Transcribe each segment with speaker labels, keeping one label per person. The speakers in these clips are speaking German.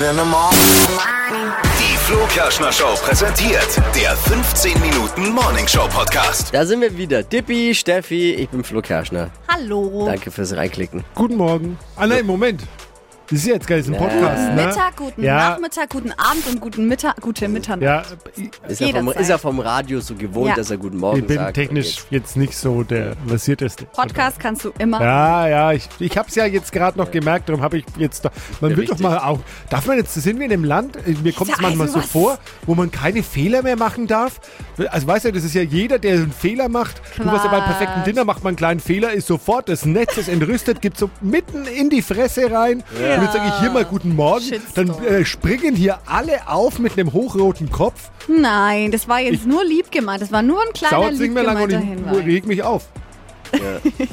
Speaker 1: in the morning.
Speaker 2: Die Flo Kerschner Show präsentiert der 15 Minuten Morning Show Podcast.
Speaker 3: Da sind wir wieder. Dippi, Steffi, ich bin Flo Kerschner.
Speaker 4: Hallo.
Speaker 3: Danke fürs Reinklicken.
Speaker 5: Guten Morgen. Ah nein, Moment. Das ist jetzt gar nicht ein Podcast,
Speaker 4: Guten
Speaker 5: ne?
Speaker 4: Mittag, guten
Speaker 5: ja,
Speaker 4: Nachmittag, guten Abend und guten Mittag, gute Mitternacht.
Speaker 5: Ja,
Speaker 3: Ist er, vom,
Speaker 4: Jederzeit.
Speaker 3: ist er vom Radio so gewohnt,
Speaker 4: Ja.
Speaker 3: dass er Guten Morgen
Speaker 5: ich bin
Speaker 3: sagt?
Speaker 5: technisch jetzt. nicht so der versierteste.
Speaker 4: Podcast kannst du immer.
Speaker 5: Ja, ja, ich, ich habe es ja jetzt gerade noch gemerkt, darum habe ich jetzt da, Man
Speaker 3: Ja,
Speaker 5: will doch
Speaker 3: richtig.
Speaker 5: mal auch. Darf man jetzt, sind wir in einem Land, äh, mir kommt es
Speaker 4: Ja,
Speaker 5: manchmal
Speaker 4: also
Speaker 5: so
Speaker 4: was-
Speaker 5: vor, wo man keine Fehler mehr machen darf. Also weißt du, das ist ja jeder, der einen Fehler macht. Du warst ja beim perfekten
Speaker 4: Quatsch.
Speaker 5: Dinner, macht man einen kleinen Fehler, ist sofort, das Netz ist entrüstet, gibt so mitten in die Fresse rein. Und jetzt sage ich hier mal guten Morgen. Dann
Speaker 4: Shitstorm.
Speaker 5: äh, springen hier alle auf mit einem hochroten Kopf.
Speaker 4: Nein, das war jetzt nur lieb gemeint. Das war nur ein kleiner
Speaker 5: Dauert nicht
Speaker 4: lieb
Speaker 5: mehr lange und
Speaker 4: gemeinter
Speaker 5: ich
Speaker 4: Hinweis.
Speaker 5: reg mich auf.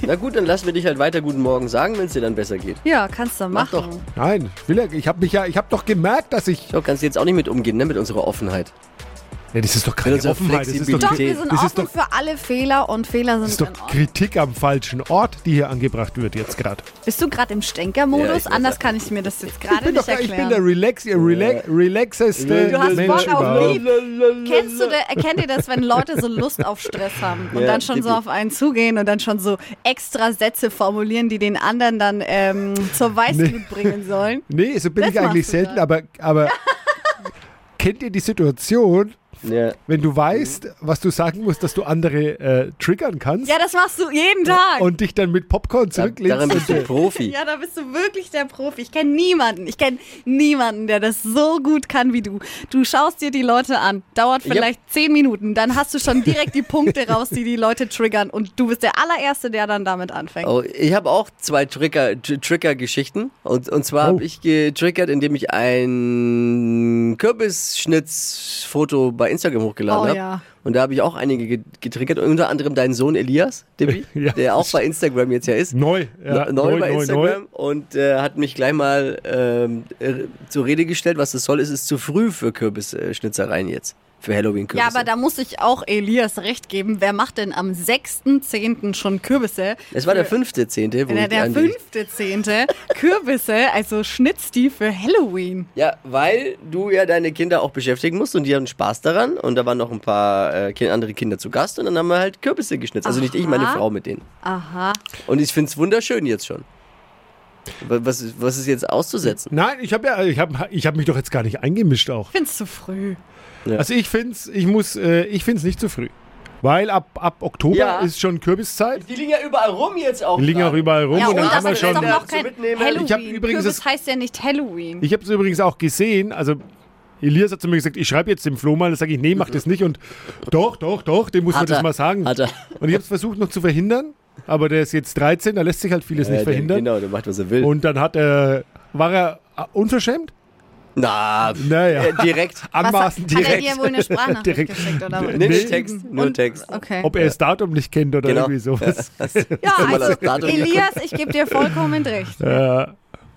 Speaker 3: Na gut, dann lassen wir dich halt weiter Guten Morgen sagen, wenn es dir dann besser geht.
Speaker 4: Ja, kannst du
Speaker 3: Mach
Speaker 4: machen.
Speaker 3: doch.
Speaker 5: Nein, ich will ja, ich habe mich ja, ich habe doch gemerkt, dass ich.
Speaker 3: So, kannst du jetzt auch nicht mit umgehen, ne, mit unserer Offenheit.
Speaker 5: Ja, das ist doch
Speaker 3: Mit
Speaker 5: keine
Speaker 3: unserer
Speaker 5: Offenheit, das ist doch,
Speaker 3: Flexibilität.
Speaker 4: Doch, wir sind
Speaker 5: Das ist
Speaker 4: offen
Speaker 5: doch-
Speaker 4: für alle Fehler und Fehler
Speaker 5: das ist
Speaker 4: sind in
Speaker 5: doch
Speaker 4: Ordnung.
Speaker 5: Kritik am falschen Ort, die hier angebracht wird jetzt gerade.
Speaker 4: Bist du gerade im
Speaker 3: Ja,
Speaker 4: Stänker-Modus?
Speaker 3: ich weiß
Speaker 4: Anders
Speaker 3: ja.
Speaker 4: kann ich mir das jetzt
Speaker 5: Ich
Speaker 4: gerade
Speaker 5: bin
Speaker 4: nicht
Speaker 5: doch, ich bin
Speaker 4: erklären.
Speaker 5: der relax, relax, relaxeste
Speaker 4: Du hast
Speaker 5: Mensch
Speaker 4: Bock auf
Speaker 5: überhaupt.
Speaker 4: Liebe. Kennst du, der, erkennt ihr das, wenn Leute so Lust auf Stress haben und
Speaker 3: Also- Ja,
Speaker 4: dann schon so
Speaker 3: definitiv.
Speaker 4: auf einen zugehen und dann schon so extra Sätze formulieren, die den anderen dann ähm, zur Weißglut bringen sollen?
Speaker 5: Nee, so bin
Speaker 4: Das
Speaker 5: ich eigentlich
Speaker 4: machst du
Speaker 5: selten,
Speaker 4: da.
Speaker 5: aber, aber kennt ihr die Situation,
Speaker 3: Ja.
Speaker 5: wenn du weißt, was du sagen musst, dass du andere äh, triggern kannst
Speaker 4: Ja, das machst du jeden Tag.
Speaker 5: und dich dann mit Popcorn
Speaker 3: Da, darin
Speaker 5: zurücklehnst?
Speaker 3: bist du ein Profi.
Speaker 4: ja, da bist du wirklich der Profi. Ich kenne niemanden. Ich kenne niemanden, der das so gut kann wie du. Du schaust dir die Leute an, dauert
Speaker 3: Ja.
Speaker 4: vielleicht zehn Minuten, dann hast du schon direkt die Punkte raus, die die Leute triggern und du bist der allererste, der dann damit anfängt.
Speaker 3: Oh, ich habe auch zwei Trigger- Tr- Trigger-Geschichten. und, und zwar
Speaker 5: Oh.
Speaker 3: habe ich getriggert, indem ich ein Kürbisschnittsfoto bei Instagram hochgeladen
Speaker 4: Oh,
Speaker 3: habe.
Speaker 4: ja.
Speaker 3: Und da habe ich auch einige ge- getriggert, unter anderem deinen Sohn Elias, Dippi,
Speaker 5: Ja.
Speaker 3: der auch bei Instagram jetzt ja ist.
Speaker 5: Neu, ja,
Speaker 3: Neu, bei Instagram und äh, hat mich gleich mal ähm, äh, zur Rede gestellt, was das soll. Es ist zu früh für Kürbisschnitzereien jetzt. Für Halloween-Kürbisse.
Speaker 4: Ja, aber da muss ich auch Elias recht geben. Wer macht denn am 6.10. schon Kürbisse?
Speaker 3: es war der fünfte, zehnte. wo
Speaker 4: Äh,
Speaker 3: ich
Speaker 4: Der
Speaker 3: an-
Speaker 4: 5.10. Kürbisse, also schnitzt die für Halloween.
Speaker 3: Ja, weil du ja deine Kinder auch beschäftigen musst und die hatten Spaß daran. Und da waren noch ein paar äh, Ki- andere Kinder zu Gast und dann haben wir halt Kürbisse geschnitzt. Also nicht ich, meine
Speaker 4: Aha.
Speaker 3: Frau mit denen.
Speaker 4: Aha.
Speaker 3: Und ich find's wunderschön jetzt schon. Wa- Was, ist- was ist jetzt auszusetzen?
Speaker 5: Nein, ich habe ja, ich habe ich hab mich doch jetzt gar nicht eingemischt auch.
Speaker 4: Ich find's zu früh.
Speaker 3: Ja.
Speaker 5: Also ich find's, ich muss, äh, ich find's nicht zu früh. Weil ab, ab Oktober
Speaker 3: Ja.
Speaker 5: ist schon Kürbiszeit.
Speaker 3: Die liegen ja überall rum jetzt auch.
Speaker 5: Die liegen auch überall rum
Speaker 4: Ja,
Speaker 5: und
Speaker 4: und
Speaker 5: dann
Speaker 4: das
Speaker 5: haben wir
Speaker 4: ist
Speaker 5: schon. äh,
Speaker 4: doch noch
Speaker 3: zu
Speaker 4: kein
Speaker 3: mitnehmen.
Speaker 4: Halloween.
Speaker 5: Ich hab übrigens
Speaker 4: Kürbis
Speaker 5: das-
Speaker 4: heißt ja nicht Halloween.
Speaker 5: Ich habe es übrigens auch gesehen, also Elias hat zu mir gesagt, ich schreibe jetzt dem Flo mal, das sage ich, nee, mach das nicht. Und doch, doch, doch, dem muss man
Speaker 3: Hat er.
Speaker 5: das mal sagen.
Speaker 3: Hat er.
Speaker 5: Und ich habe es versucht noch zu verhindern, aber der ist jetzt 13, da lässt sich halt vieles nicht
Speaker 3: der-
Speaker 5: verhindern.
Speaker 3: Genau, der macht, was er will.
Speaker 5: Und dann hat er, war er äh, unverschämt?
Speaker 3: Na,
Speaker 5: Naja.
Speaker 3: äh, direkt.
Speaker 4: Was
Speaker 5: Anmaßend
Speaker 4: hat, hat er
Speaker 5: direkt.
Speaker 4: dir wohl eine Sprachnachricht
Speaker 5: Direkt.
Speaker 4: geschickt oder was?
Speaker 3: Nee,
Speaker 5: Nee.
Speaker 3: Text, nur
Speaker 4: Und-
Speaker 3: Text.
Speaker 4: Okay.
Speaker 5: Ob er das Datum nicht kennt oder
Speaker 3: Genau.
Speaker 5: irgendwie sowas.
Speaker 4: ja,
Speaker 3: Hast du mal
Speaker 4: also,
Speaker 3: das Datum hier?
Speaker 4: Elias, ich gebe dir vollkommen recht.
Speaker 5: äh,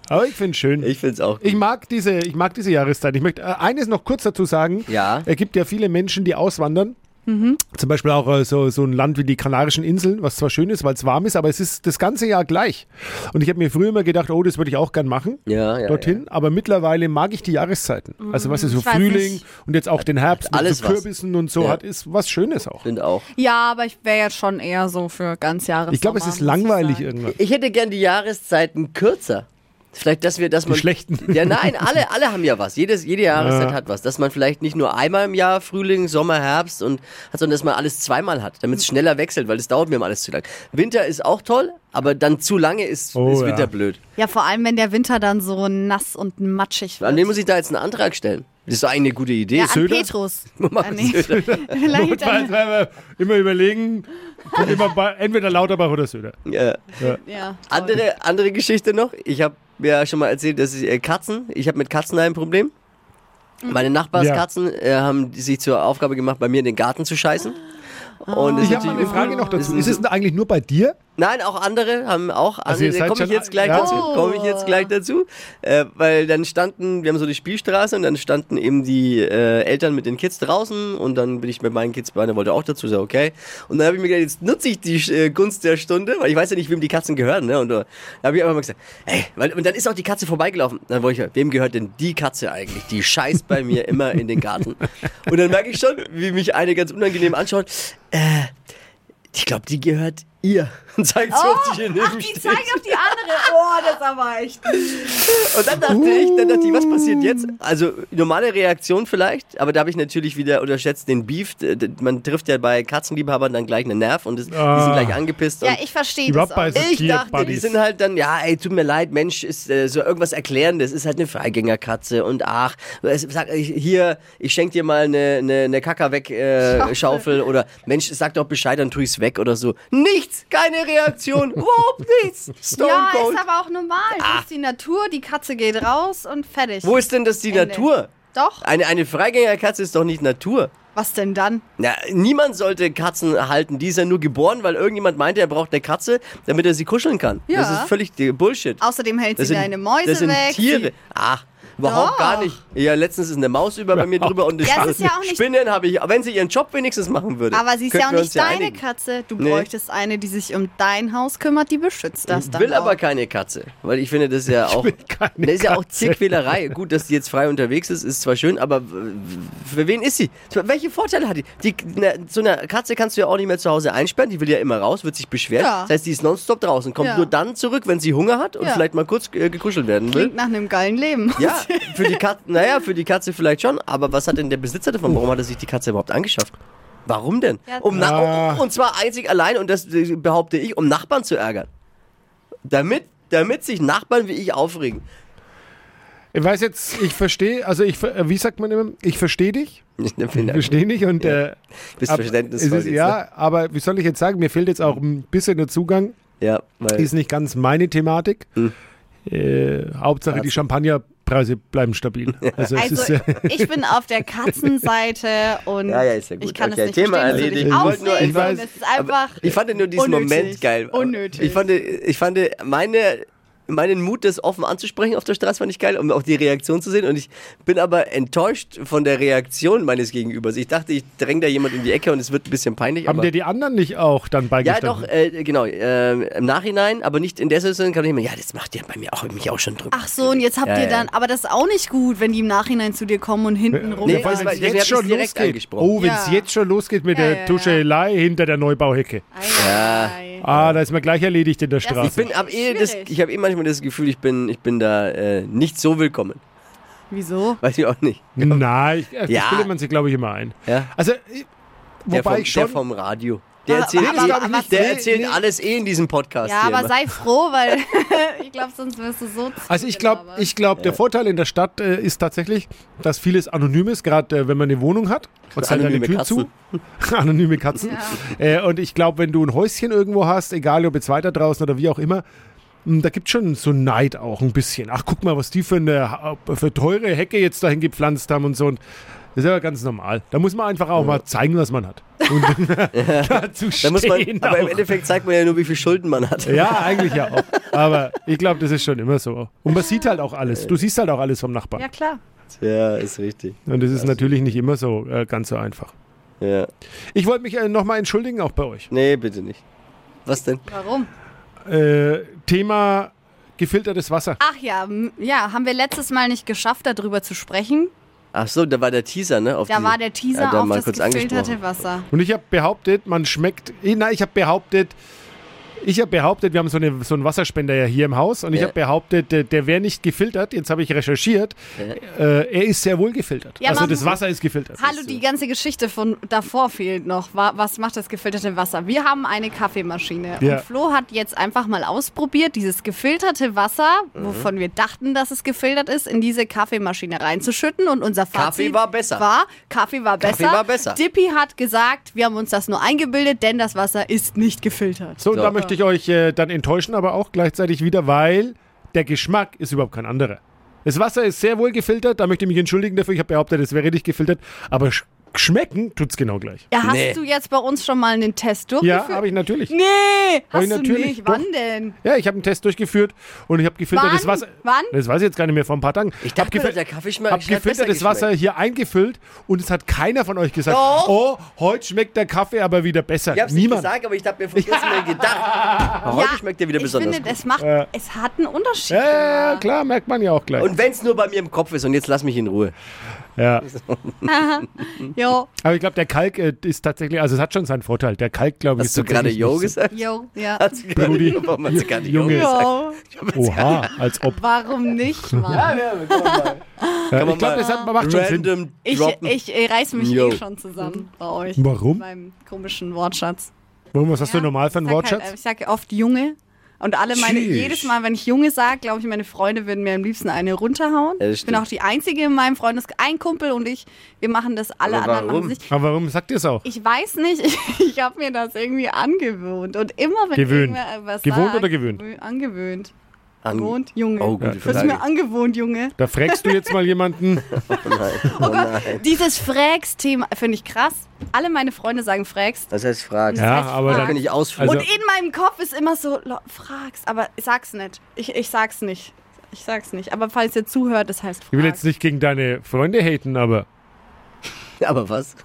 Speaker 5: aber ich finde es schön.
Speaker 3: Ich find's auch.
Speaker 5: Ich mag diese, ich mag diese Jahreszeit. Ich möchte äh, eines noch kurz dazu sagen.
Speaker 3: Ja.
Speaker 5: Es gibt ja viele Menschen, die auswandern.
Speaker 4: Mhm.
Speaker 5: Zum Beispiel auch äh, so, so ein Land wie die Kanarischen Inseln, was zwar schön ist, weil es warm ist, aber es ist das ganze Jahr gleich. Und ich habe mir früher immer gedacht, oh, das würde ich auch gern machen.
Speaker 3: Ja, ja,
Speaker 5: dorthin, aber mittlerweile mag ich die Jahreszeiten. Also was ist so
Speaker 4: Mhm. ich weiß
Speaker 5: Frühling
Speaker 4: nicht.
Speaker 5: und jetzt auch den Herbst
Speaker 3: alles
Speaker 5: mit so
Speaker 3: was.
Speaker 5: Kürbissen und so
Speaker 3: Ja.
Speaker 5: hat, ist was Schönes auch.
Speaker 3: Find auch.
Speaker 4: Ja, aber ich wäre jetzt schon eher so für ganz Jahre.
Speaker 5: Ich glaube, es ist langweilig irgendwann.
Speaker 3: Ich hätte gern die Jahreszeiten kürzer. Vielleicht, dass wir, dass man.
Speaker 5: schlechten.
Speaker 3: Ja, nein, alle, alle haben ja was. Jedes, jede Jahreszeit hat was. Dass man vielleicht nicht nur einmal im Jahr Frühling, Sommer, Herbst und hat, sondern dass man alles zweimal hat, damit es schneller wechselt, weil das dauert mir immer alles zu lang. Winter ist auch toll, aber dann zu lange ist,
Speaker 5: Oh,
Speaker 3: ist
Speaker 5: ja.
Speaker 3: Winter blöd.
Speaker 4: Ja, vor allem, wenn der Winter dann so nass und matschig wird.
Speaker 3: An den muss ich da jetzt einen Antrag stellen. Das ist doch eigentlich eine gute Idee.
Speaker 4: ja, an
Speaker 5: Söder?
Speaker 4: Petrus.
Speaker 3: Markus
Speaker 4: Ah, nee.
Speaker 3: Söder.
Speaker 4: Vielleicht an,
Speaker 5: Immer überlegen, kommt immer bei, entweder Lauterbach oder Söder.
Speaker 3: Ja.
Speaker 4: ja, toll.
Speaker 3: Andere, andere Geschichte noch. Ich habe ja schon mal erzählt, dass ich äh, Katzen, ich habe mit Katzen ein Problem. Meine Nachbarskatzen äh, haben die sich zur Aufgabe gemacht, bei mir in den Garten zu scheißen. Und das
Speaker 5: Ich
Speaker 3: ist
Speaker 5: habe mal eine
Speaker 3: natürlich-
Speaker 5: Frage noch dazu.
Speaker 3: Das
Speaker 5: Ist es denn eigentlich nur bei dir?
Speaker 3: Nein, auch andere haben auch
Speaker 5: Also ihr
Speaker 3: andere.
Speaker 5: seid
Speaker 3: komme ich
Speaker 5: schon-
Speaker 3: jetzt gleich
Speaker 5: ja.
Speaker 3: dazu. Komme ich jetzt gleich dazu. Äh, weil dann standen, wir haben so die Spielstraße und dann standen eben die äh, Eltern mit den Kids draußen und dann bin ich mit meinen Kids, meiner wollte auch dazu, ist ja okay. Und dann habe ich mir gedacht, jetzt nutze ich die äh, Gunst der Stunde, weil ich weiß ja nicht, wem die Katzen gehören. Ne? Und äh, da habe ich einfach mal gesagt, ey, weil, und dann ist auch die Katze vorbeigelaufen. Dann wollte ich, hören, wem gehört denn die Katze eigentlich? Die scheißt bei mir immer in den Garten. Und dann merke ich schon, wie mich eine ganz unangenehm anschaut. Äh, ich glaube, die gehört ihr. Und zeigt so auf die hier
Speaker 4: Oh, ach,
Speaker 3: neben
Speaker 4: die
Speaker 3: steht.
Speaker 4: zeigen auf die andere. Oh, das ist aber echt. Mm.
Speaker 3: Und dann dachte ich, dann dachte ich, was passiert jetzt? Also normale Reaktion vielleicht, aber da habe ich natürlich wieder unterschätzt den Beef. D- d- Man trifft ja bei Katzenliebhabern dann gleich einen Nerv und ist, die sind
Speaker 5: Ah.
Speaker 3: gleich angepisst.
Speaker 4: Ja,
Speaker 3: und
Speaker 4: ich verstehe das
Speaker 5: Überhaupt bei
Speaker 4: auch.
Speaker 5: so
Speaker 3: ich dachte, die
Speaker 5: Tierbuddies.
Speaker 3: sind halt dann, ja, ey, tut mir leid, Mensch, ist äh, so irgendwas Erklärendes, ist halt eine Freigängerkatze und ach, es- sag, ich- hier, ich schenk dir mal ne, eine, eine, eine Kacker weg äh, Schaufel. oder Mensch, sag doch Bescheid, dann tu ich's weg oder so. Nichts, keine Reaktion, überhaupt nichts. Stone
Speaker 4: Ja,
Speaker 3: Cold.
Speaker 4: ist aber auch normal. Das ist die Natur, die Katze geht raus und fertig.
Speaker 3: Wo ist denn das die
Speaker 4: Ende.
Speaker 3: Natur?
Speaker 4: Doch,
Speaker 3: Eine, eine Freigängerkatze ist doch nicht Natur.
Speaker 4: was denn dann?
Speaker 3: Na, niemand sollte Katzen halten. Die ist ja nur geboren, weil irgendjemand meinte, er braucht eine Katze, damit er sie kuscheln kann.
Speaker 4: Ja.
Speaker 3: Das ist völlig die- Bullshit.
Speaker 4: Außerdem hält sie
Speaker 3: Das sind,
Speaker 4: deine Mäuse
Speaker 3: das sind
Speaker 4: weg.
Speaker 3: Tiere. Ach, überhaupt
Speaker 4: Doch.
Speaker 3: gar nicht. Ja, letztens ist eine Maus über bei mir drüber und eine
Speaker 4: Ja, es ist ja auch nicht-
Speaker 3: Spinnen habe ich. Wenn sie ihren Job wenigstens machen würde.
Speaker 4: Aber sie ist ja auch
Speaker 3: könnten wir
Speaker 4: nicht
Speaker 3: uns ja
Speaker 4: deine
Speaker 3: einigen.
Speaker 4: Katze. Du
Speaker 3: Nee.
Speaker 4: bräuchtest eine, die sich um dein Haus kümmert, die beschützt das
Speaker 3: Ich
Speaker 4: dann.
Speaker 3: will aber
Speaker 4: auch.
Speaker 3: keine Katze, weil ich finde, das ist ja auch,
Speaker 5: will keine
Speaker 3: das ist ja auch
Speaker 5: Katze.
Speaker 3: Tierquälerei. Gut, dass die jetzt frei unterwegs ist, ist zwar schön, aber w- für wen ist sie? Welche Vorteile hat die? die na, so eine Katze kannst du ja auch nicht mehr zu Hause einsperren, die will ja immer raus, wird sich beschweren.
Speaker 4: Ja.
Speaker 3: Das heißt, die ist nonstop draußen, kommt
Speaker 4: Ja.
Speaker 3: nur dann zurück, wenn sie Hunger hat und
Speaker 4: Ja.
Speaker 3: vielleicht mal kurz äh, gekuschelt werden will.
Speaker 4: Klingt nach einem geilen Leben.
Speaker 3: Ja, für die Katze, naja, für die Katze vielleicht schon, aber was hat denn der Besitzer davon? Warum hat er sich die Katze überhaupt angeschafft? Warum denn?
Speaker 4: Ja,
Speaker 3: Um na
Speaker 5: Ah.
Speaker 3: und zwar einzig allein, und das äh, behaupte ich, um Nachbarn zu ärgern. Damit, damit sich Nachbarn wie ich aufregen.
Speaker 5: Ich weiß jetzt, ich verstehe, also ich, ver- wie sagt man immer, ich verstehe dich,
Speaker 3: Ich finde,
Speaker 5: ich verstehe dich und äh,
Speaker 3: bist
Speaker 5: ab-
Speaker 3: verständnisvoll.
Speaker 5: es ist,
Speaker 3: jetzt, ne?
Speaker 5: ja, aber wie soll ich jetzt sagen, mir fehlt jetzt auch ein bisschen der Zugang,
Speaker 3: ja Hm. weil,
Speaker 5: ist nicht ganz meine Thematik. Äh, Hauptsache die Champagnerpreise bleiben stabil. Also, es ist,
Speaker 4: Also
Speaker 5: äh,
Speaker 4: ich bin auf der Katzenseite und
Speaker 3: Ja, ja, ist ja gut.
Speaker 4: ich kann
Speaker 3: Okay,
Speaker 4: es nicht
Speaker 3: Thema
Speaker 4: verstehen,
Speaker 3: erledigt.
Speaker 4: dass
Speaker 3: Ich
Speaker 4: du
Speaker 3: wollte
Speaker 4: dich
Speaker 3: nur- ich
Speaker 4: aufregst.
Speaker 3: weiß-
Speaker 4: Es ist einfach
Speaker 3: ich fand nur diesen
Speaker 4: unnötig.
Speaker 3: Moment geil.
Speaker 4: Unnötig.
Speaker 3: Ich fand, ich fand meine, meinen Mut, das offen anzusprechen auf der Straße, fand ich geil, um auch die Reaktion zu sehen. Und ich bin aber enttäuscht von der Reaktion meines Gegenübers. Ich dachte, ich dränge da jemand in die Ecke und es wird ein bisschen peinlich.
Speaker 5: haben
Speaker 3: aber
Speaker 5: dir die anderen nicht auch dann
Speaker 3: ja,
Speaker 5: beigestanden?
Speaker 3: doch, äh, genau. ähm, Im Nachhinein, aber nicht in der Situation kann ich mir, ja, das macht ihr bei mir auch, mich auch schon drüber.
Speaker 4: Ach so, und jetzt habt
Speaker 3: Ja,
Speaker 4: ihr
Speaker 3: ja.
Speaker 4: dann, aber das ist auch nicht gut, wenn die im Nachhinein zu dir kommen und hinten rum.
Speaker 3: Nee,
Speaker 5: Ja, vor allem,
Speaker 3: das war-
Speaker 5: wenn's
Speaker 3: der hat
Speaker 5: jetzt
Speaker 3: mich
Speaker 5: schon
Speaker 3: direkt
Speaker 5: losgeht.
Speaker 3: angesprochen.
Speaker 5: Oh, wenn es
Speaker 4: Ja.
Speaker 5: jetzt schon losgeht mit
Speaker 4: Ja,
Speaker 5: der
Speaker 4: ja, ja.
Speaker 5: Tuschelei hinter der Neubauhecke. Ah, da ist man gleich erledigt in der
Speaker 4: ist-
Speaker 5: Straße.
Speaker 3: ich bin, hab eh das,
Speaker 4: Schwierig.
Speaker 3: ich habe eh manchmal das Gefühl, ich bin, ich bin da äh, nicht so willkommen.
Speaker 4: Wieso?
Speaker 3: Weiß ich auch nicht.
Speaker 5: Nein, ich, das
Speaker 3: Genau. Ja.
Speaker 5: bildet man sich, glaube ich, immer ein.
Speaker 3: Ja.
Speaker 5: Also, ich-
Speaker 3: Der
Speaker 5: wobei
Speaker 3: vom,
Speaker 5: ich schon.
Speaker 3: der vom Radio. Der
Speaker 4: Aber-
Speaker 3: erzählt,
Speaker 4: aber- Nee, das
Speaker 3: eh,
Speaker 4: glaub ich
Speaker 5: nicht.
Speaker 3: Der
Speaker 5: Nee,
Speaker 3: erzählt
Speaker 5: nee.
Speaker 3: alles eh in diesem Podcast.
Speaker 4: Ja,
Speaker 3: hier
Speaker 4: aber
Speaker 3: immer.
Speaker 4: sei froh, weil ich glaube, sonst wirst du so
Speaker 5: also ich glaube, ich glaub, der Vorteil in der Stadt äh, ist tatsächlich, dass vieles anonym ist, gerade äh, wenn man eine Wohnung hat und halt eine
Speaker 3: Anonyme
Speaker 5: Tür zu. anonyme Katzen. Äh, und ich glaube, wenn du ein Häuschen irgendwo hast, egal ob jetzt weiter draußen oder wie auch immer, mh, da gibt es schon so Neid auch ein bisschen. Ach, guck mal, was die für eine ha- für teure Hecke jetzt dahin gepflanzt haben und so. Und das ist ja ganz normal. Da muss man einfach auch mal zeigen, was man hat. Und dazu
Speaker 3: da muss man,
Speaker 5: stehen
Speaker 3: aber im
Speaker 5: auch.
Speaker 3: Endeffekt zeigt man ja nur, wie viel Schulden man hat.
Speaker 5: Ja, eigentlich ja auch. Aber ich glaube, das ist schon immer so. Und man sieht halt auch alles. Du siehst halt auch alles vom Nachbarn.
Speaker 4: Ja, klar.
Speaker 3: Ja, ist richtig.
Speaker 5: Und das ist natürlich nicht immer so äh, ganz so einfach.
Speaker 3: Ja.
Speaker 5: Ich wollte mich äh, nochmal entschuldigen auch bei euch.
Speaker 3: Nee, bitte nicht. Was denn?
Speaker 4: Warum?
Speaker 5: Äh, Thema gefiltertes Wasser.
Speaker 4: Ach ja, m- ja, haben wir letztes Mal nicht geschafft, darüber zu sprechen.
Speaker 3: Ach so, da war der Teaser, ne? Auf
Speaker 4: Da
Speaker 3: diese-
Speaker 4: war der Teaser
Speaker 3: Ja, da
Speaker 4: auf
Speaker 3: mal
Speaker 4: das
Speaker 3: kurz
Speaker 4: gefilterte
Speaker 3: angesprochen.
Speaker 4: Wasser.
Speaker 5: Und ich habe behauptet, man schmeckt. eh, Nein, ich habe behauptet. Ich habe behauptet, wir haben so, eine, so einen Wasserspender ja hier im Haus und ich
Speaker 3: Ja.
Speaker 5: habe behauptet, der, der wäre nicht gefiltert. Jetzt habe ich recherchiert. Äh, er ist sehr wohl gefiltert.
Speaker 4: Ja,
Speaker 5: also
Speaker 4: man-
Speaker 5: das Wasser ist gefiltert.
Speaker 4: Hallo, die ganze Geschichte von davor fehlt noch. Wa- Was macht das gefilterte Wasser? Wir haben eine Kaffeemaschine.
Speaker 5: Ja.
Speaker 4: Und Flo hat jetzt einfach mal ausprobiert, dieses gefilterte Wasser,
Speaker 3: Mhm.
Speaker 4: wovon wir dachten, dass es gefiltert ist, in diese Kaffeemaschine reinzuschütten. Und unser Fazit
Speaker 3: Kaffee war besser.
Speaker 4: War, Kaffee war besser.
Speaker 3: Kaffee war besser.
Speaker 4: Dippy hat gesagt, wir haben uns das nur eingebildet, denn das Wasser ist nicht gefiltert.
Speaker 5: So, und
Speaker 3: So.
Speaker 5: da möchte ich euch äh, dann enttäuschen, aber auch gleichzeitig wieder, weil der Geschmack ist überhaupt kein anderer. Das Wasser ist sehr wohl gefiltert, da möchte ich mich entschuldigen dafür. Ich habe behauptet, es wäre richtig gefiltert, aber sch- schmecken tut's genau gleich.
Speaker 4: Ja, hast
Speaker 3: Nee.
Speaker 4: du jetzt bei uns schon mal einen Test
Speaker 5: Ja,
Speaker 4: durchgeführt?
Speaker 5: habe ich natürlich.
Speaker 4: Nee,
Speaker 5: Hab
Speaker 4: hast
Speaker 5: ich natürlich,
Speaker 4: du nicht.
Speaker 5: doch.
Speaker 4: Wann denn?
Speaker 5: Ja, ich habe einen Test durchgeführt und ich habe gefiltertes
Speaker 4: Wann?
Speaker 5: Wasser.
Speaker 4: Wann?
Speaker 5: Das weiß ich jetzt gar nicht mehr, vor ein paar Tagen.
Speaker 3: Ich dachte,
Speaker 5: Hab gefil-
Speaker 3: der Kaffeeschmack
Speaker 5: hab
Speaker 3: hat
Speaker 5: gefiltertes
Speaker 3: besser
Speaker 5: Wasser hier eingefüllt und es hat keiner von euch gesagt,
Speaker 3: Doch.
Speaker 5: oh, heute schmeckt der Kaffee aber wieder besser.
Speaker 3: Ich hab's
Speaker 5: Niemand.
Speaker 3: nicht gesagt, aber ich hab mir vor kurzem mal gedacht. Aber heute schmeckt der wieder
Speaker 4: ich
Speaker 3: besonders
Speaker 4: finde,
Speaker 3: gut.
Speaker 4: es macht, es hat einen Unterschied.
Speaker 5: Ja, ja, ja, klar, merkt man ja auch gleich.
Speaker 3: Und wenn's nur bei mir im Kopf ist und jetzt lass mich in Ruhe.
Speaker 5: ja.
Speaker 4: Jo,
Speaker 5: Aber ich glaube, der Kalk äh, ist tatsächlich, also es hat schon seinen Vorteil. Der Kalk, glaube ich,
Speaker 3: Hast
Speaker 5: ist
Speaker 3: du gerade
Speaker 5: tatsächlich
Speaker 3: Jo
Speaker 5: nicht so-
Speaker 3: gesagt?
Speaker 4: jo, ja.
Speaker 3: Hat sie gerade-
Speaker 5: Brudi.
Speaker 3: Warum hat sie gerade Jo
Speaker 5: Junge.
Speaker 3: gesagt?
Speaker 4: Jo.
Speaker 5: Oha, als ob.
Speaker 4: Warum nicht, Mann?
Speaker 5: Ja, ich
Speaker 3: man
Speaker 5: glaube,
Speaker 3: mal-
Speaker 5: das hat, macht schon Sinn.
Speaker 3: Random
Speaker 4: Ich,
Speaker 3: droppen.
Speaker 4: ich, äh, reiß mich
Speaker 3: Jo.
Speaker 4: eh schon zusammen bei euch.
Speaker 5: Warum?
Speaker 4: Beim komischen Wortschatz.
Speaker 5: Warum, was hast du normal für einen
Speaker 4: Ich sag
Speaker 5: Wortschatz?
Speaker 4: Halt, äh, ich sage oft Junge. Und alle meine,
Speaker 5: Tschüss.
Speaker 4: jedes Mal, wenn ich Junge sage, glaube ich, meine Freunde würden mir am liebsten eine runterhauen.
Speaker 3: Ja, das
Speaker 4: ich bin
Speaker 3: stimmt.
Speaker 4: auch die Einzige in meinem Freundes, ein Kumpel und ich, wir machen das, alle
Speaker 3: Aber
Speaker 4: anderen
Speaker 3: warum?
Speaker 4: machen es nicht.
Speaker 5: Aber warum sagt ihr es auch?
Speaker 4: Ich weiß nicht, ich habe mir das irgendwie angewöhnt. Und immer, wenn
Speaker 5: Gewöhnt.
Speaker 4: irgendwer was
Speaker 5: Gewohnt
Speaker 4: sagt,
Speaker 5: oder gewöhnt?
Speaker 4: gewö- Angewöhnt.
Speaker 3: An-
Speaker 4: Gewohnt, Junge.
Speaker 3: Oh, gute
Speaker 4: das ist mir
Speaker 3: Frage.
Speaker 4: angewohnt, Junge.
Speaker 5: Da fragst du jetzt mal jemanden.
Speaker 4: Oh Gott, dieses Frägs-Thema finde ich krass. Alle meine Freunde sagen Frägs.
Speaker 3: Das heißt, frag.
Speaker 5: Ja,
Speaker 4: heißt,
Speaker 5: aber
Speaker 3: Kann
Speaker 5: dann,
Speaker 3: ich ausführen.
Speaker 5: Also-
Speaker 4: und in meinem Kopf ist immer so, lo- fragst, aber ich sag's nicht. Ich, ich sag's nicht. Ich sag's nicht. Aber falls ihr zuhört, das heißt
Speaker 5: ich will jetzt
Speaker 4: fragst.
Speaker 5: nicht gegen deine Freunde haten, aber
Speaker 3: aber was?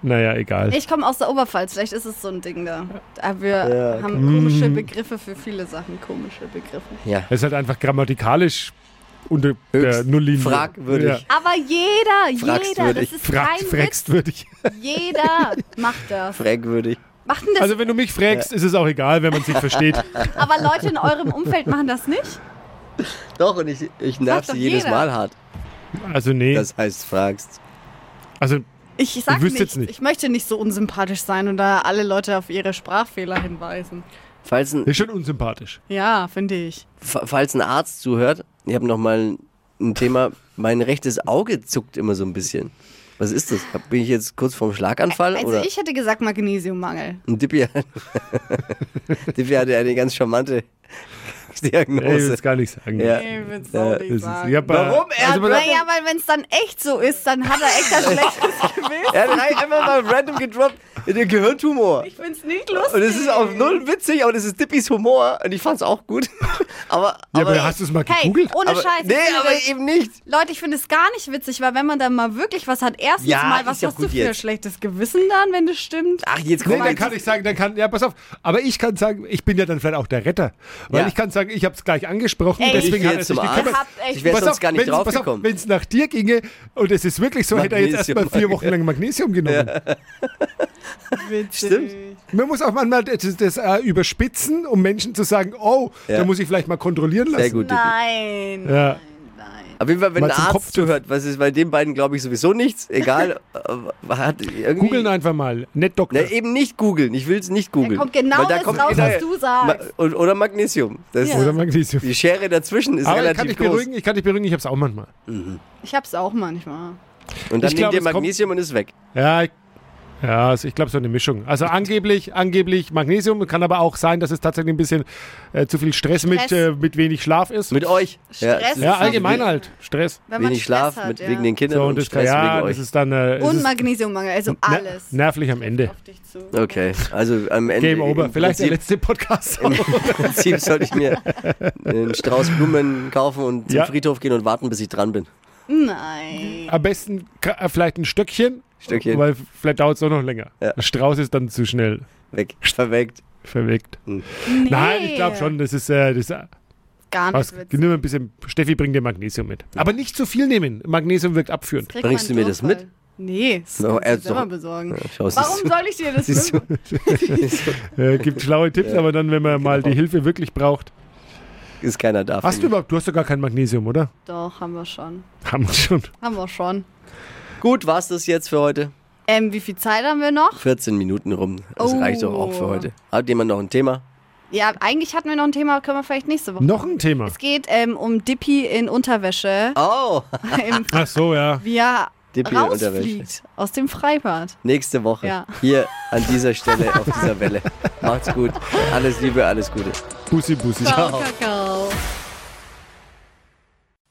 Speaker 5: naja, egal.
Speaker 4: Ich komme aus der Oberpfalz, vielleicht ist es so ein Ding da. Aber wir
Speaker 3: Ja,
Speaker 4: haben
Speaker 5: Mhm.
Speaker 4: komische Begriffe für viele Sachen. Komische Begriffe.
Speaker 3: Ja.
Speaker 5: Es ist halt einfach grammatikalisch unter der
Speaker 3: Höchst
Speaker 5: Nulllinie.
Speaker 3: fragwürdig.
Speaker 4: Aber jeder, jeder,
Speaker 3: Fragstwürdig.
Speaker 4: das ist
Speaker 5: Fragt,
Speaker 4: kein
Speaker 5: fragst würdig.
Speaker 4: Witz. Jeder macht das.
Speaker 3: Fragwürdig.
Speaker 4: Machen das,
Speaker 5: Also wenn du mich fragst, ist es auch egal, wenn man sich versteht.
Speaker 4: aber Leute in eurem Umfeld machen das nicht?
Speaker 3: Doch, und ich, ich nerv
Speaker 4: Sagt
Speaker 3: sie
Speaker 4: doch
Speaker 3: jedes
Speaker 4: jeder.
Speaker 3: Mal hart.
Speaker 5: Also nee.
Speaker 3: Das heißt, fragst.
Speaker 5: Also
Speaker 4: Ich sag
Speaker 5: Ich wüsste
Speaker 4: nichts.
Speaker 5: jetzt nicht.
Speaker 4: Ich möchte nicht so unsympathisch sein und da alle Leute auf ihre Sprachfehler hinweisen.
Speaker 3: Falls ein,
Speaker 5: das ist schon unsympathisch.
Speaker 4: Ja, finde ich.
Speaker 3: fa- falls ein Arzt zuhört, ich habe nochmal ein Thema. Mein rechtes Auge zuckt immer so ein bisschen. Was ist das? Hab- Bin ich jetzt kurz vorm Schlaganfall?
Speaker 4: Also
Speaker 3: oder?
Speaker 4: ich hätte gesagt Magnesiummangel.
Speaker 3: Und Dippy, Dippy hatte eine ganz charmante
Speaker 5: Ey, ich will
Speaker 3: Diagnose.
Speaker 5: es gar nicht sagen.
Speaker 3: Ja.
Speaker 4: Ich würd's
Speaker 3: Ja,
Speaker 4: auch
Speaker 5: Es
Speaker 4: nicht
Speaker 5: ist,
Speaker 4: sagen.
Speaker 5: ich hab, äh,
Speaker 3: Warum? Er
Speaker 5: also,
Speaker 3: hat-
Speaker 5: man-
Speaker 4: Naja, weil wenn es dann echt so ist, dann hat er echt ein schlechtes Gewissen.
Speaker 3: Er hat rein- einfach mal random gedroppt in den Gehirntumor.
Speaker 4: Ich find's nicht lustig.
Speaker 3: Und es ist auf null witzig, aber das ist Dippys Humor. Und ich fand's auch gut. aber,
Speaker 5: ja,
Speaker 3: aber,
Speaker 5: aber hast du es mal
Speaker 4: Hey,
Speaker 5: gegoogelt?
Speaker 4: ohne
Speaker 3: aber,
Speaker 4: Scheiß.
Speaker 3: Nee,
Speaker 4: ich find
Speaker 3: aber
Speaker 4: das-
Speaker 3: eben nicht.
Speaker 4: Leute, ich finde es gar nicht witzig, weil wenn man dann mal wirklich was hat, erstens
Speaker 3: Ja,
Speaker 4: mal,
Speaker 3: ist
Speaker 4: was
Speaker 3: ja
Speaker 4: hast
Speaker 3: gut
Speaker 4: du für ein
Speaker 3: jetzt.
Speaker 4: schlechtes Gewissen dann, wenn das stimmt?
Speaker 3: Ach, jetzt
Speaker 5: Nee,
Speaker 3: komm
Speaker 5: dann
Speaker 3: mal.
Speaker 5: kann ich sagen, dann kann, ja, pass auf. Aber ich kann sagen, ich bin ja dann vielleicht auch der Retter. Weil
Speaker 3: Ja.
Speaker 5: ich kann sagen, ich habe es gleich angesprochen,
Speaker 4: Ey,
Speaker 5: deswegen
Speaker 3: ich
Speaker 5: hat
Speaker 3: geh
Speaker 5: er
Speaker 3: jetzt
Speaker 5: sich
Speaker 3: zum
Speaker 5: gekümmert.
Speaker 4: Arzt. Ihr habt echt-
Speaker 3: Ich wär
Speaker 5: Pass
Speaker 3: sonst
Speaker 5: auf,
Speaker 3: gar nicht
Speaker 5: wenn's- pass auf,
Speaker 3: draufgekommen.
Speaker 5: Wenn es nach dir ginge und es ist wirklich so, hätte er jetzt erstmal vier
Speaker 3: Magnesium.
Speaker 5: Wochen lang Magnesium genommen.
Speaker 4: Witzig.
Speaker 3: Ah, Stimmt.
Speaker 5: Man muss auch manchmal das, das äh, überspitzen, um Menschen zu sagen, oh,
Speaker 3: Ja.
Speaker 5: da muss ich vielleicht mal kontrollieren lassen.
Speaker 3: Sehr gut, Dippy.
Speaker 4: Nein.
Speaker 5: Ja.
Speaker 4: Nein.
Speaker 3: Auf jeden Fall, wenn
Speaker 5: Mal
Speaker 3: der
Speaker 5: zum
Speaker 3: Arzt
Speaker 5: Kopf-
Speaker 3: zuhört, was ist bei den beiden, glaube ich, sowieso nichts. Egal. äh, hat irgendwie,
Speaker 5: Googeln einfach mal, nicht Doktor.
Speaker 3: Ne, eben nicht googeln. Ich will's nicht googeln.
Speaker 4: kommt genau
Speaker 3: Weil da
Speaker 4: das
Speaker 3: kommt
Speaker 4: raus,
Speaker 3: wieder-
Speaker 4: was du sagst.
Speaker 3: Ma- und- Oder Magnesium. Das
Speaker 4: Ja.
Speaker 5: Oder
Speaker 3: ist,
Speaker 5: Magnesium.
Speaker 3: die Schere dazwischen ist
Speaker 5: Aber ich kann
Speaker 3: relativ
Speaker 5: dich
Speaker 3: groß.
Speaker 5: beruhigen, ich kann dich beruhigen, ich habe es auch manchmal.
Speaker 4: Ich hab's auch manchmal.
Speaker 3: Und dann
Speaker 5: Ich
Speaker 3: nehmt
Speaker 5: glaub,
Speaker 3: ihr
Speaker 5: es kommt-
Speaker 3: Magnesium und ist weg.
Speaker 5: Ja, ich, ja, also ich glaube, so eine Mischung. Also angeblich, angeblich Magnesium, kann aber auch sein, dass es tatsächlich ein bisschen äh, zu viel Stress, Mit,
Speaker 4: Stress.
Speaker 5: äh, mit wenig Schlaf ist.
Speaker 3: Mit euch.
Speaker 4: Stress
Speaker 5: ja,
Speaker 4: ist
Speaker 5: allgemein
Speaker 3: Wenig,
Speaker 5: halt. Stress.
Speaker 4: Wenn man
Speaker 3: wenig
Speaker 4: Stress
Speaker 3: Schlaf
Speaker 4: hat,
Speaker 3: mit,
Speaker 4: ja.
Speaker 3: wegen den Kindern
Speaker 5: So, und
Speaker 3: und
Speaker 5: das,
Speaker 3: Stress
Speaker 5: ja,
Speaker 3: wegen
Speaker 5: das
Speaker 3: euch.
Speaker 5: ist dann äh, es
Speaker 4: Und
Speaker 5: ist
Speaker 4: Magnesiummangel, also
Speaker 5: ner-
Speaker 4: alles.
Speaker 5: nervlich am Ende.
Speaker 4: Auf dich zu.
Speaker 3: Okay, also am Ende.
Speaker 5: Game over.
Speaker 3: im
Speaker 5: Vielleicht der
Speaker 3: Prinzip,
Speaker 5: letzte Podcast.
Speaker 3: Im Prinzip sollte ich mir einen Strauß Blumen kaufen und zum
Speaker 5: Ja.
Speaker 3: Friedhof gehen und warten, bis ich dran bin.
Speaker 4: Nein.
Speaker 5: Am besten ka- äh, vielleicht ein Stöckchen.
Speaker 3: Stöckchen.
Speaker 5: Weil vielleicht dauert es auch noch länger.
Speaker 3: Ja.
Speaker 5: Ein Strauß ist dann zu schnell
Speaker 3: Weg. Verweckt.
Speaker 5: verweckt. Nein, ich glaube schon, das ist. Äh, das, äh,
Speaker 4: Gar
Speaker 5: was,
Speaker 4: nicht
Speaker 5: nimm mal ein bisschen, Steffi, bring dir Magnesium mit. Aber nicht zu viel nehmen. Magnesium wirkt abführend.
Speaker 3: Bringst du mir das mit? also,
Speaker 4: Nee, das
Speaker 3: No,
Speaker 4: no,
Speaker 3: er
Speaker 4: kannst du
Speaker 3: soll-
Speaker 4: selber besorgen.
Speaker 3: Schau, siehst
Speaker 4: Warum
Speaker 3: du-
Speaker 4: soll ich dir das
Speaker 3: siehst du-
Speaker 4: mit?
Speaker 5: Äh, gibt schlaue Tipps, aber dann, wenn man mal die Hilfe wirklich braucht.
Speaker 3: Ist keiner da.
Speaker 5: Hast du überhaupt, du hast doch gar kein Magnesium, oder?
Speaker 4: Doch, haben wir schon.
Speaker 5: Haben wir schon.
Speaker 4: Haben wir schon.
Speaker 3: Gut, war's das jetzt für heute?
Speaker 4: Ähm, wie viel Zeit haben wir noch?
Speaker 3: 14 Minuten rum. Das
Speaker 4: Oh.
Speaker 3: reicht doch auch für heute. Hat jemand noch ein Thema?
Speaker 4: Ja, eigentlich hatten wir noch ein Thema, können wir vielleicht nächste Woche.
Speaker 5: Noch ein Thema.
Speaker 4: Es geht ähm, um Dippy in Unterwäsche,
Speaker 3: Oh,
Speaker 4: im,
Speaker 5: Ach so, ja.
Speaker 4: wie er
Speaker 3: Dippy in
Speaker 4: rausfliegt aus dem Freibad.
Speaker 3: nächste Woche.
Speaker 4: Ja.
Speaker 3: Hier an dieser Stelle, auf dieser Welle. Macht's gut. Alles Liebe, alles Gute.
Speaker 5: Bussi, Bussi.
Speaker 4: Ciao, Kakao.